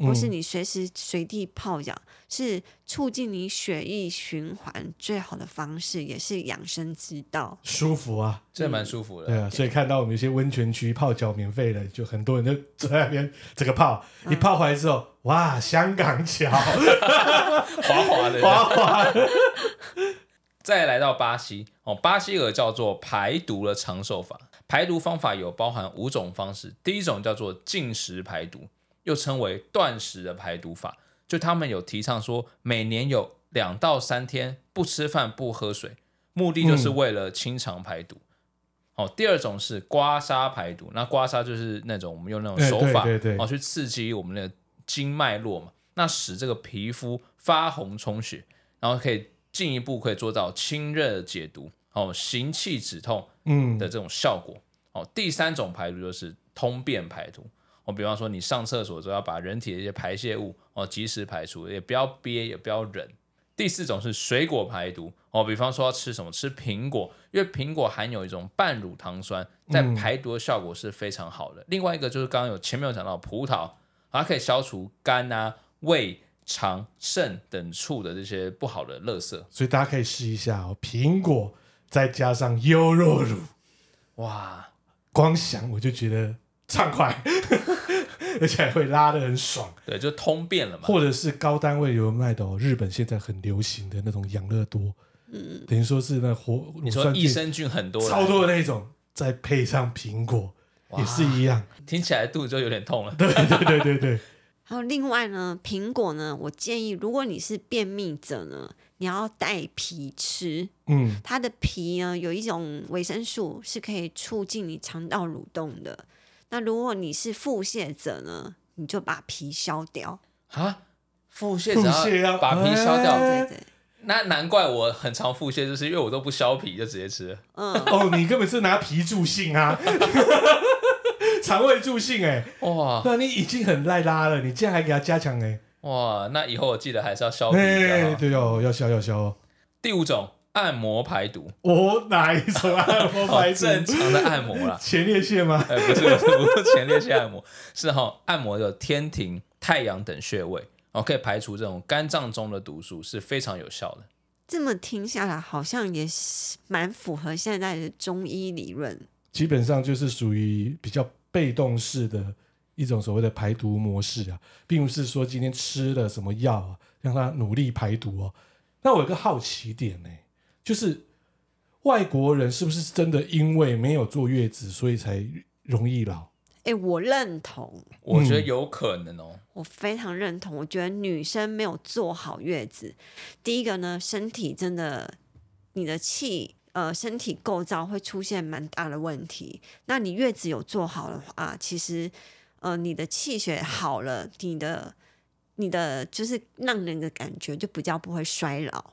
S3: 或是你随时随地泡脚，是促进你血液循环最好的方式，也是养生之道。
S2: 舒服啊，
S4: 这蛮舒服
S2: 对
S4: 的。
S2: 啊，所以看到我们有些温泉区泡脚免费的，就很多人就坐在那边 这个泡，
S3: 嗯
S2: 一泡回来之后，哇，香港 脚
S4: 滑滑的。
S2: 滑滑的，
S4: 再来到巴西哦，巴西尔叫做排毒的长寿法。排毒方法有包含五种方式，第一种叫做进食排毒，又称为断食的排毒法。就他们有提倡说，每年有两到三天不吃饭不喝水，目的就是
S2: 嗯
S4: 为了清肠排毒。哦，第二种是刮痧排毒，那刮痧就是那种我们用那种手法
S2: 哎对对对
S4: 哦去刺激我们的经脉络嘛。那使这个皮肤发红充血，然后可以进一步可以做到清热解毒，哦，行气止痛
S2: 嗯
S4: 的这种效果。哦，第三种排毒就是通便排毒。哦，比方说你上厕所之后要把人体的一些排泄物哦及时排出，也不要憋，也不要忍。第四种是水果排毒哦，比方说要吃什么吃苹果，因为苹果含有一种半乳糖酸，在
S2: 嗯
S4: 排毒的效果是非常好的。另外一个就是刚刚有前面有讲到葡萄，它可以消除肝啊、胃、肠、肾等处的这些不好的垃圾。
S2: 所以大家可以试一下哦，苹果再加上优酪乳，
S4: 哇，
S2: 光想我就觉得畅快， 而且还会拉的很爽。
S4: 对，就通便了嘛。
S2: 或者是高单位有卖的哦，日本现在很流行的那种养乐多，嗯，等于说是那活乳
S4: 你说
S2: 酸
S4: 益
S2: 菌
S4: 生菌很多，
S2: 超多的那种，再配上苹果
S4: 哇
S2: 也是一 样。
S4: 听起来肚子就有点痛了。
S2: 对对对对对，
S3: 还有另外呢，苹果呢，我建议如果你是便秘者呢，你要带皮吃。
S2: 嗯，
S3: 它的皮呢有一种维生素是可以促进你肠道蠕动的。那如果你是腹泻者呢，你就把皮削掉。
S4: 啊，腹泻
S2: 腹
S4: 只
S2: 泻
S4: 要
S2: 要
S4: 把皮削掉，
S2: 哎
S3: 对对，
S4: 那难怪我很常腹泻，就是因为我都不削皮就直接吃了。
S3: 嗯，
S2: 哦，你根本是拿皮助兴啊， 肠胃助兴哎、
S4: 哇
S2: 那你已经很赖拉了，你竟然还给它加强哎、
S4: 哇，那以后我记得还是要削皮
S2: 哎、
S4: 比较好。啊
S2: 对哦，要消要消哦，
S4: 第五种，按摩排毒，
S2: 我哪一种按摩
S4: 好
S2: 排毒？。
S4: 哦正常的按摩啦
S2: 前列腺吗？
S4: 呃，不是不是不是前列腺按摩，是哈、按摩的天庭、太阳等穴位，哦，可以排除这种肝脏中的毒素，是非常有效的。
S3: 这么听下来好像也是蛮符合现在的中医理论。
S2: 基本上就是属于比较被动式的一种所谓的排毒模式啊，并不是说今天吃了什么药啊，让它努力排毒哦。那我有个好奇点呢、就是外国人是不是真的因为没有坐月子，所以才容易老？
S3: 哎，我认同，
S4: 我觉得有可能哦，
S3: 我非常认同。我觉得女生没有做好月子，第一个呢，身体真的，你的气呃身体构造会出现蛮大的问题。那你月子有做好的话，其实呃你的气血好了，你的你的就是让人的感觉就比较不会衰老。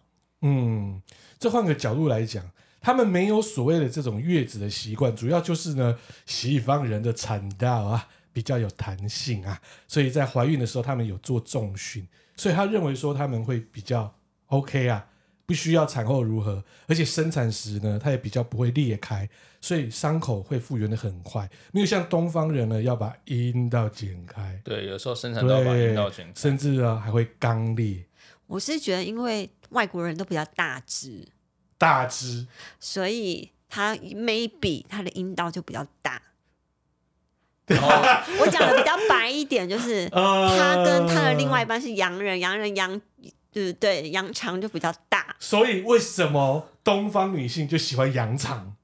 S2: 嗯，这换个角度来讲，他们没有所谓的这种月子的习惯，主要就是呢，西方人的产道啊比较有弹性啊，所以在怀孕的时候他们有做重训，所以他认为说他们会比较 OK 啊，不需要产后如何，而且生产时呢，它也比较不会裂开，所以伤口会复原的很快，没有像东方人呢要把阴道剪开，
S4: 对，有时候生产到把阴
S2: 对
S4: 道剪，开，
S2: 甚至呢还会刚裂
S3: 我是觉得，因为外国人都比较大只，
S2: 大只。
S3: 所以他 maybe 他的阴道就比较大。
S4: 然后
S3: 我讲的比较白一点，就是
S2: 呃
S3: 他跟他的另外一半是洋人，洋人洋对对，洋肠就比较大。
S2: 所以为什么东方女性就喜欢羊肠？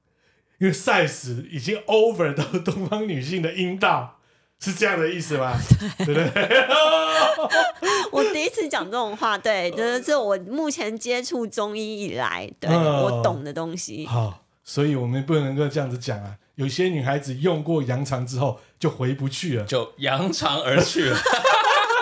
S2: 因为 size 已经 over 到东方女性的阴道，是这样的意思吗？对不对？
S3: 我第一次讲这种话，
S2: 呃
S3: 对，就是这我目前接触中医以来，对、
S2: 嗯
S3: 我懂的东西。
S2: 好，所以我们不能够这样子讲啊。有些女孩子用过羊肠之后就回不去了。
S4: 就扬长而去了。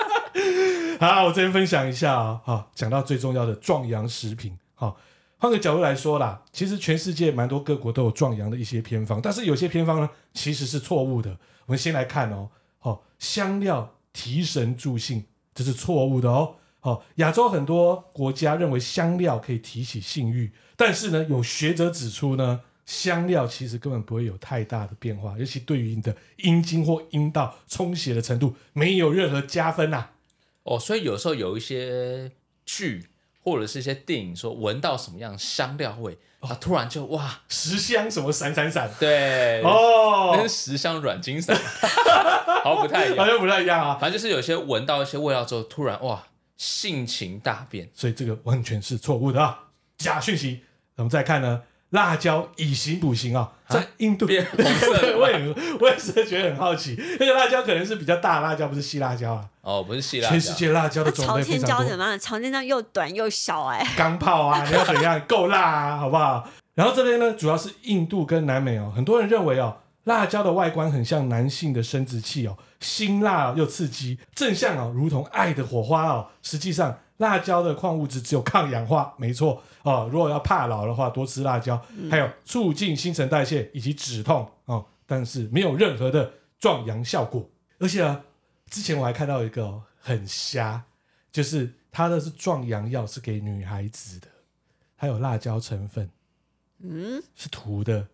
S2: 好，我这边分享一下啊、好，讲到最重要的壮阳食品。好，换个角度来说啦，其实全世界蛮多各国都有壮阳的一些偏方，但是有些偏方呢其实是错误的。我们先来看哦，好、香料提神助兴，这是错误的哦。好、亚洲很多国家认为香料可以提起性欲，但是呢，有学者指出呢，香料其实根本不会有太大的变化，尤其对于你的阴茎或阴道充血的程度没有任何加分呐、啊
S4: 哦，所以有时候有一些剧或者是一些电影说闻到什么样香料味，啊，突然就哇，
S2: 十香什么闪闪闪
S4: 对，哎那
S2: 哦
S4: 是，十香软精散，好像不太一
S2: 好
S4: 样。
S2: 像不太一样啊。
S4: 反正就是有些闻到一些味道之后，突然哇，性情大变。
S2: 所以这个完全是错误的啊，假讯息。我们再看呢，辣椒以形补形啊，在印度，
S4: 变红色的
S2: 我也我也是觉得很好奇，那个辣椒可能是比较大的辣椒，不是细辣椒啊。
S4: 哦，不是希腊
S2: 全世
S4: 的，
S2: 界辣椒
S3: 那
S2: 的种
S3: 朝
S2: 类
S3: 天
S2: 非
S3: 椒
S2: 常
S3: 怎
S2: 多，
S3: 么样？朝天椒又短又小、哎，
S2: 钢炮啊，你要 怎样够辣啊，好不好？然后这边呢，主要是印度跟南美哦，很多人认为哦，辣椒的外观很像男性的生殖器哦，辛辣又刺激，正向哦，如同爱的火花哦。实际上，辣椒的矿物质只有抗氧化，没错哦。如果要怕老的话，多吃辣椒，还有促进新陈代谢以及止痛哦，但是没有任何的壮阳效果。而且啊，之前我还看到一个哦、很瞎，就是它的是壮阳药，是给女孩子的，还有辣椒成分
S3: 嗯，
S2: 是涂的，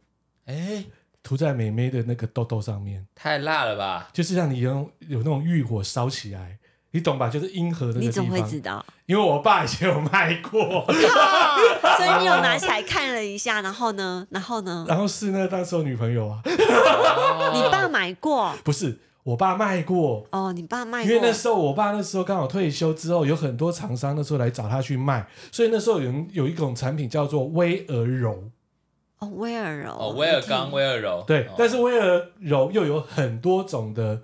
S4: 哎，
S2: 涂在美眉的那个痘痘上面，
S4: 太辣 了吧？
S2: 就是让你有有那种欲火烧起来，你懂吧？就是阴核的那
S3: 你
S2: 个地
S3: 怎么会知
S2: 方。
S3: 道？
S2: 因为我爸以前有卖过，
S3: 所以你有拿起来看了一下，然后呢，然后呢，
S2: 然后是那当时我女朋友啊，
S4: 哦
S3: 你爸买过
S2: 不是我爸卖过，
S3: 哦，你爸卖
S2: 因为
S3: 过
S2: 那，时候我爸那时候刚好退休之后，有很多厂商那时候来找他去卖，所以那时候有人有一种产品叫做威尔柔，
S3: 哦，威尔哦，
S4: 哦，威尔刚、威尔柔，
S2: 对，
S4: 哦
S2: 但是威尔柔又有很多种的，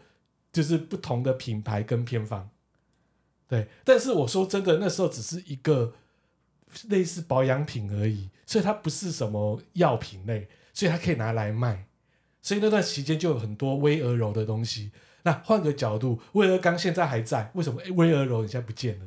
S2: 就是不同的品牌跟偏方。对，但是我说真的，那时候只是一个类似保养品而已，所以它不是什么药品类，所以它可以拿来卖。所以那段期间就有很多威尔柔的东西。那换个角度，威尔刚现在还在，为什么诶威尔柔你现在不见了？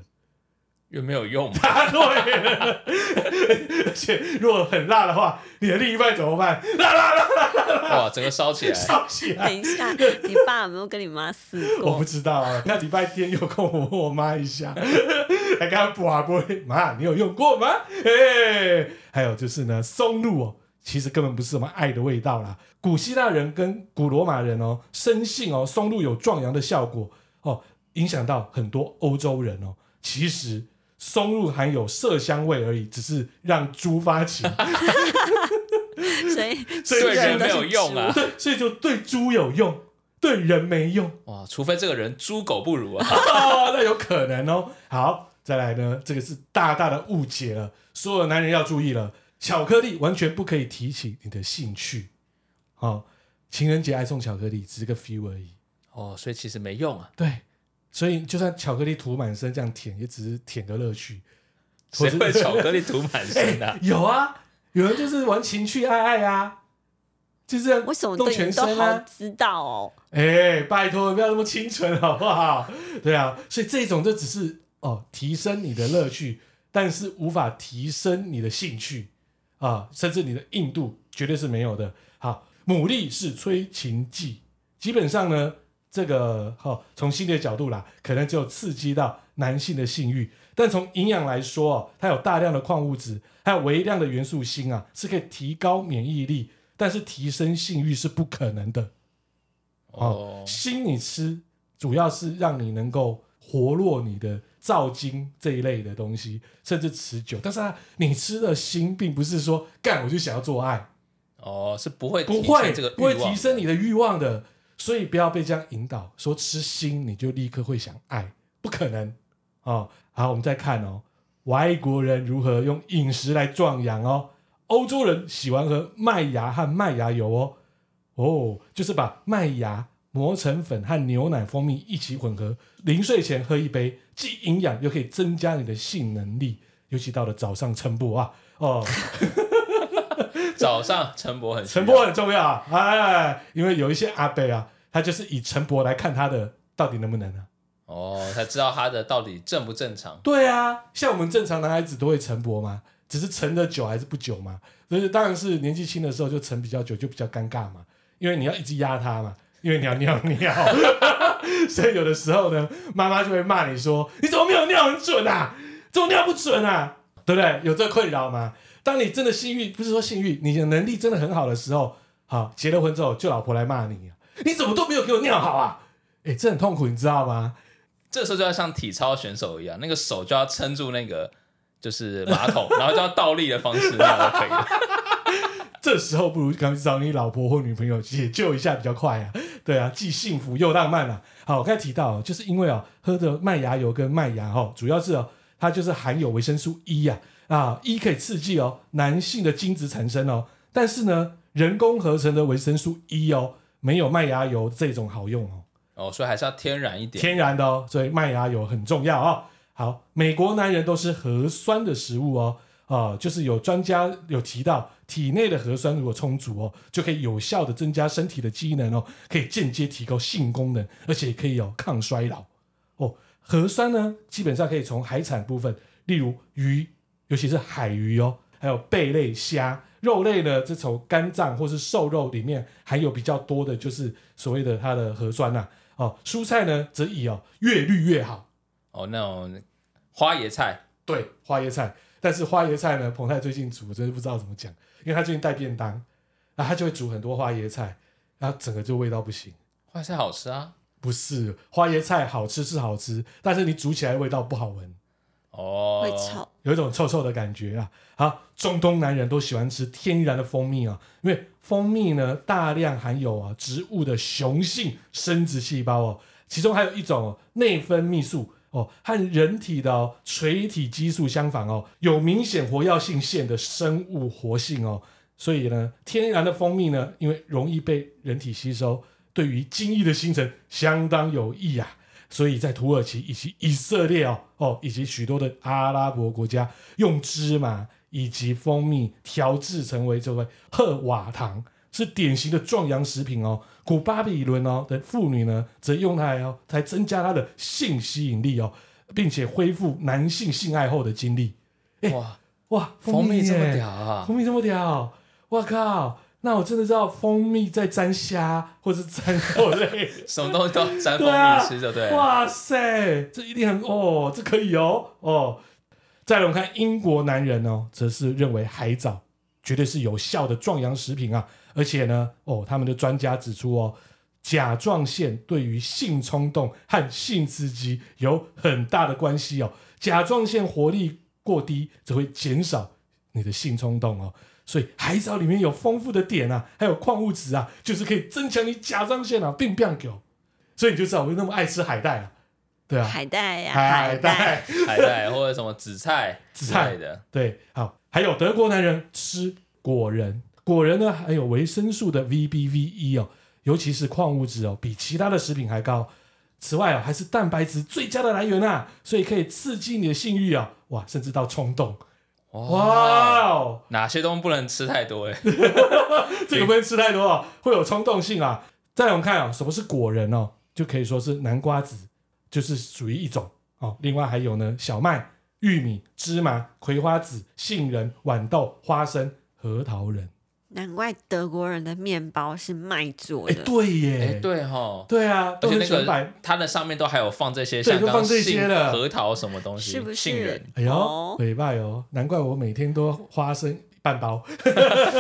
S4: 有没有用嘛？
S2: 答对 了，而且如果很辣的话，你的另一半怎么办？辣辣辣
S4: 哇，整个烧起 来，
S2: 烧起来
S3: 等！一下，你爸有没有跟你妈试
S2: 我不
S3: 过？
S2: 知道啊，那礼拜天有空我问我妈一下， 还跟她补啊不会，妈，你有用过吗？哎、还有就是呢，松露哦，其实根本不是什么爱的味道啦。古希腊人跟古罗马人哦，深信哦，松露有壮阳的效果哦，影响到很多欧洲人哦。其实松露含有麝香味而已，只是让猪发情，
S3: 所以
S2: 所以
S4: 对
S2: 人
S4: 人
S2: 都
S4: 没
S2: 是
S4: 有用啊！
S2: 对，所以就对猪有用，对人没用。
S4: 哇，除非这个人猪狗不如 啊！
S2: 哦，那有可能哦。好，再来呢，这个是大大的误解了，所有的男人要注意了，巧克力完全不可以提起你的兴趣。哦，情人节爱送巧克力只是个 feel 而已。
S4: 哦，所以其实没用啊，
S2: 对，所以就算巧克力涂满身这样舔，也只是舔个乐趣。
S4: 谁
S2: 或
S4: 会
S2: 是？
S4: 巧克力涂满身的、啊
S2: 有啊，有人就是玩情趣爱爱啊，就是这样
S3: 为什么
S2: 动
S3: 对
S2: 全
S3: 你都
S2: 身
S3: 好
S2: 啊。
S3: 知道哦？
S2: 哎、拜托，不要那么清纯好不好？ 对啊，所以这种就只是哦，提升你的乐趣，但是无法提升你的兴趣啊，甚至你的硬度绝对是没有的。好，牡蛎是催情剂，基本上呢，这个好、哦、从心理的角度啦，可能只有刺激到男性的性欲，但从营养来说哦，它有大量的矿物质，还有微量的元素锌啊，是可以提高免疫力，但是提升性欲是不可能的。哦
S4: 哦，
S2: 锌你吃主要是让你能够活络你的燥精这一类的东西，甚至持久。但是啊，你吃的锌并不是说干我就想要做爱，
S4: 哦，是不会
S2: 不
S4: 提
S2: 会
S4: 升这个欲
S2: 不会
S4: 望
S2: 提升你的欲望的。所以不要被这样引导，说吃锌你就立刻会想爱，不可能哦。好，我们再看哦，外国人如何用饮食来壮阳哦。欧洲人喜欢喝麦芽和麦芽油哦，哦，就是把麦芽磨成粉和牛奶、蜂蜜一起混合，临睡前喝一杯，既营养又可以增加你的性能力，尤其到了早上晨勃啊，哦，
S4: 早上陈博很需要
S2: 晨勃很重要啊，哎，因为有一些阿伯啊，他就是以晨勃来看他的到底能不能啊。
S4: 哦，才知道他的到底正不正常。
S2: 对啊，像我们正常男孩子都会晨勃嘛，只是晨的久还是不久嘛。所以当然是年纪轻的时候就晨比较久，就比较尴尬嘛，因为你要一直压他嘛，因为你要尿尿。所以有的时候呢，妈妈就会骂你说：“你怎么没有尿很准啊？怎么尿不准啊？对不对？有这困扰吗？”当你真的性欲不是说性欲，你的能力真的很好的时候，好结了婚之后，就老婆来骂你、啊，你怎么都没有给我尿好啊？哎，这很痛苦，你知道吗？
S4: 这时候就要像体操选手一样，那个手就要撑住那个就是马 桶，然后就要倒立的方式，那就可以了。
S2: 这时候不如赶紧找你老婆或女朋友解救一下比较快啊！ 对啊，既幸福又浪漫啊！好，我刚才提到哦，就是因为哦，喝的麦芽油跟麦芽哦，主要是哦，它就是含有维生素 E 啊啊，E 可以刺激哦男性的精子产生哦，但是呢，人工合成的维生素 E 哦，没有麦芽油这种好用哦，
S4: 哦，所以还是要天然一点。
S2: 天然的哦，所以麦芽油很重要哦。好，美国男人都吃核酸的食物哦。啊、啊，就是有专家有提到，体内的核酸如果充足哦，就可以有效的增加身体的机能哦，可以间接提高性功能，而且可以有抗衰老哦。核酸呢，基本上可以从海产部分，例如鱼，尤其是海鱼哦，还有贝类、虾。肉类呢，这从肝脏或是瘦肉里面含有比较多的，就是所谓的它的核酸呐、哦，蔬菜呢，则以哦越绿越好，
S4: 哦，那种花椰菜，
S2: 对，花椰菜。但是花椰菜呢，彭泰最近煮，我真的不知道怎么讲，因为他最近带便当，然后他就会煮很多花椰菜，然后整个就味道不行。
S4: 花椰菜好吃啊。
S2: 不是花椰菜好吃是好吃，但是你煮起来味道不好闻，
S4: 哦，
S3: 会臭。
S2: 有一种臭臭的感觉啊。好，中东男人都喜欢吃天然的蜂蜜啊，因为蜂蜜呢大量含有啊植物的雄性生殖细胞哦，其中还有一种、哦、内分泌素哦，和人体的、哦、垂体激素相反哦，有明显活药性腺的生物活性哦，所以呢，天然的蜂蜜呢，因为容易被人体吸收，对于精益的形成相当有益啊。所以在土耳其以及以色列哦哦，以及许多的阿拉伯国家，用芝麻以及蜂蜜调制成为这个赫瓦糖，是典型的壮阳食品哦。古巴比伦哦的妇女呢，则用它来哦，才增加她的性吸引力哦，并且恢复男性性爱后的精力。
S4: 哇，
S2: 哇，
S4: 蜂蜜
S2: 哎耶
S4: 这么屌啊！
S2: 蜂蜜这么屌，我靠！那我真的知道蜂蜜在沾虾或是沾肉类。
S4: 什么东西都要沾蜂
S2: 对啊
S4: 蜜吃，就对了。
S2: 哇塞，这一定很哦，这可以哦哦。再来我们看英国男人哦，则是认为海藻绝对是有效的壮阳食品啊，而且呢，哦，他们的专家指出哦，甲状腺对于性冲动和性刺激有很大的关系哦，甲状腺活力过低则会减少你的性冲动哦。所以海藻里面有丰富的碘啊，还有矿物质啊，就是可以增强你甲状腺啊，并变狗。所以你就知道我为那么爱吃海带啊，对啊，
S3: 海带呀、
S2: 海
S3: 带，
S2: 带，
S4: 海带或者什么紫菜
S2: 紫
S4: 之
S2: 菜
S4: 类的，
S2: 对，好，还有德国男人吃果仁，果仁呢含有维生素的 VBV1 哦，尤其是矿物质哦，比其他的食品还高。此外哦，还是蛋白质最佳的来源啊，所以可以刺激你的性欲啊，哇，甚至到冲动，
S4: 哇，
S2: 哇哦，
S4: 哪些东西不能吃太多？哎，
S2: 这个不能吃太多哦，会有冲动性啊。再来我们看啊、什么是果仁哦，就可以说是南瓜子，就是属于一种哦。另外还有呢，小麦、玉米、芝麻、葵花籽、杏仁、豌豆、花生、核桃仁。
S3: 难怪德国人的面包是麦做
S2: 哎，
S3: 的。
S2: 对
S4: 哎
S2: 耶，，
S4: 对哈，
S2: 对啊，
S4: 而
S2: 都
S4: 且
S2: 是
S4: 那
S2: 全
S4: 个
S2: 白。
S4: 它的上面都还有放这些，
S2: 对
S4: 像
S2: 就
S4: 刚刚
S2: 放这些
S4: 杏
S2: 了
S4: 核桃什么东西，
S3: 是不是
S4: 杏仁？
S2: 哎呦
S3: 哦，
S2: 礼拜哦，难怪我每天都花生半包。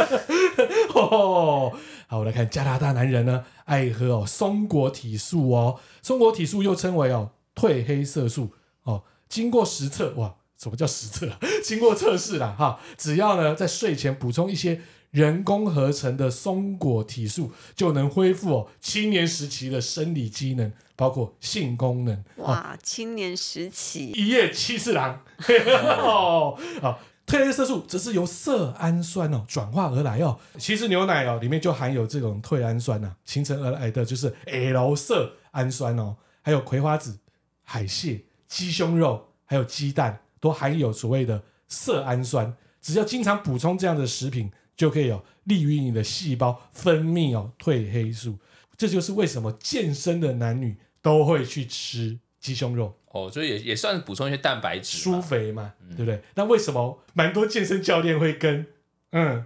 S2: 哦，好，我来看加拿大男人呢，爱喝哦松果体素哦，松果体素又称为哦褪黑色素哦，经过实测哇，什么叫实测 啊？经过测试啦哈，只要呢在睡前补充一些人工合成的松果体素，就能恢复哦青年时期的生理机能，包括性功能。
S3: 哇，青年时期
S2: 一夜七次郎。 哦，好，褪黑色素则是由色氨酸哦转化而来哦。其实牛奶哦里面就含有这种褪氨酸呐、形成而来的就是 L 色氨酸哦，还有葵花籽、海蟹、鸡胸肉还有鸡蛋都含有所谓的色氨酸。只要经常补充这样的食品，就可以有利于你的细胞分泌哦褪黑素。这就是为什么健身的男女都会去吃鸡胸肉。
S4: 哦，所以也也算是嗯补充一些蛋白质
S2: 舒
S4: 嘛。
S2: 肥嘛，对不对？那为什么蛮多健身教练会跟嗯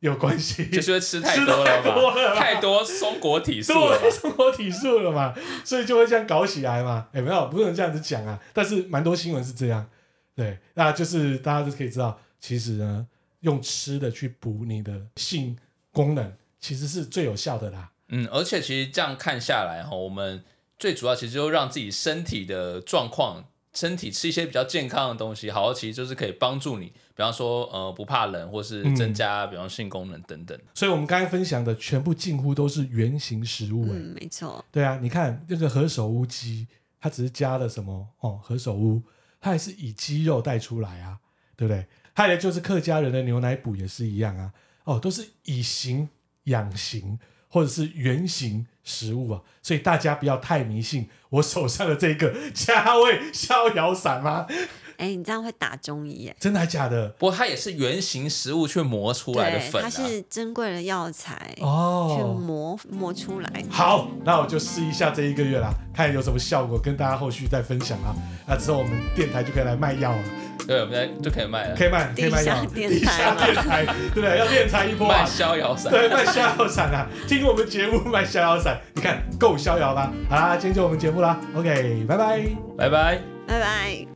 S2: 有关系？
S4: 就是会吃太
S2: 吃
S4: 多了
S2: 太多了
S4: 吧，
S2: 吧
S4: 太多松果体素了吧
S2: 对，生活体素了嘛，所以就会这样搞起来嘛。哎，没有，不能这样子讲啊。但是蛮多新闻是这样，对，那就是大家就可以知道，其实呢，用吃的去补你的性功能，其实是最有效的啦。
S4: 嗯，而且其实这样看下来哈，我们最主要其实就让自己身体的状况，身体吃一些比较健康的东西，好，其实就是可以帮助你，比方说呃不怕冷，或
S2: 嗯
S4: 是增加、比方性功能等等。
S2: 所以我们刚才分享的全部近乎都是原型食物、哎、
S3: 嗯，没错，
S2: 对啊，你看那个何首乌鸡，它只是加了什么哦？何首乌，它还是以鸡肉带出来啊，对不对？还有就是客家人的牛奶补也是一样啊，哦，都是以形养形或者是原形食物啊，所以大家不要太迷信我手上的这个加味逍遥散吗？啊
S3: 哎、你这样会打中医耶。
S2: 真的还假的？
S4: 不过它也是原型食物去磨出来的
S3: 对，
S4: 粉
S3: 它
S4: 啊。
S3: 是珍贵的药材，去
S2: 哦，
S3: 磨磨出来。
S2: 好，那我就试一下这一个月啦，看有什么效果，跟大家后续再分享啊。那之后我们电台就可以来卖药了，
S4: 对，我们在就可以卖了，
S2: 可以卖，可以卖药了，
S3: 地
S2: 地下
S3: 下电台
S2: 电
S3: 嘛
S2: 台，对不对？要练财一波
S4: 卖
S2: 啊。
S4: 逍遥 散。
S2: 对，卖逍遥散啊！听我们节目卖逍遥散，你看够逍遥吧？好啦，今天就我们节目啦，OK，拜拜。
S4: 拜拜。
S3: 拜拜。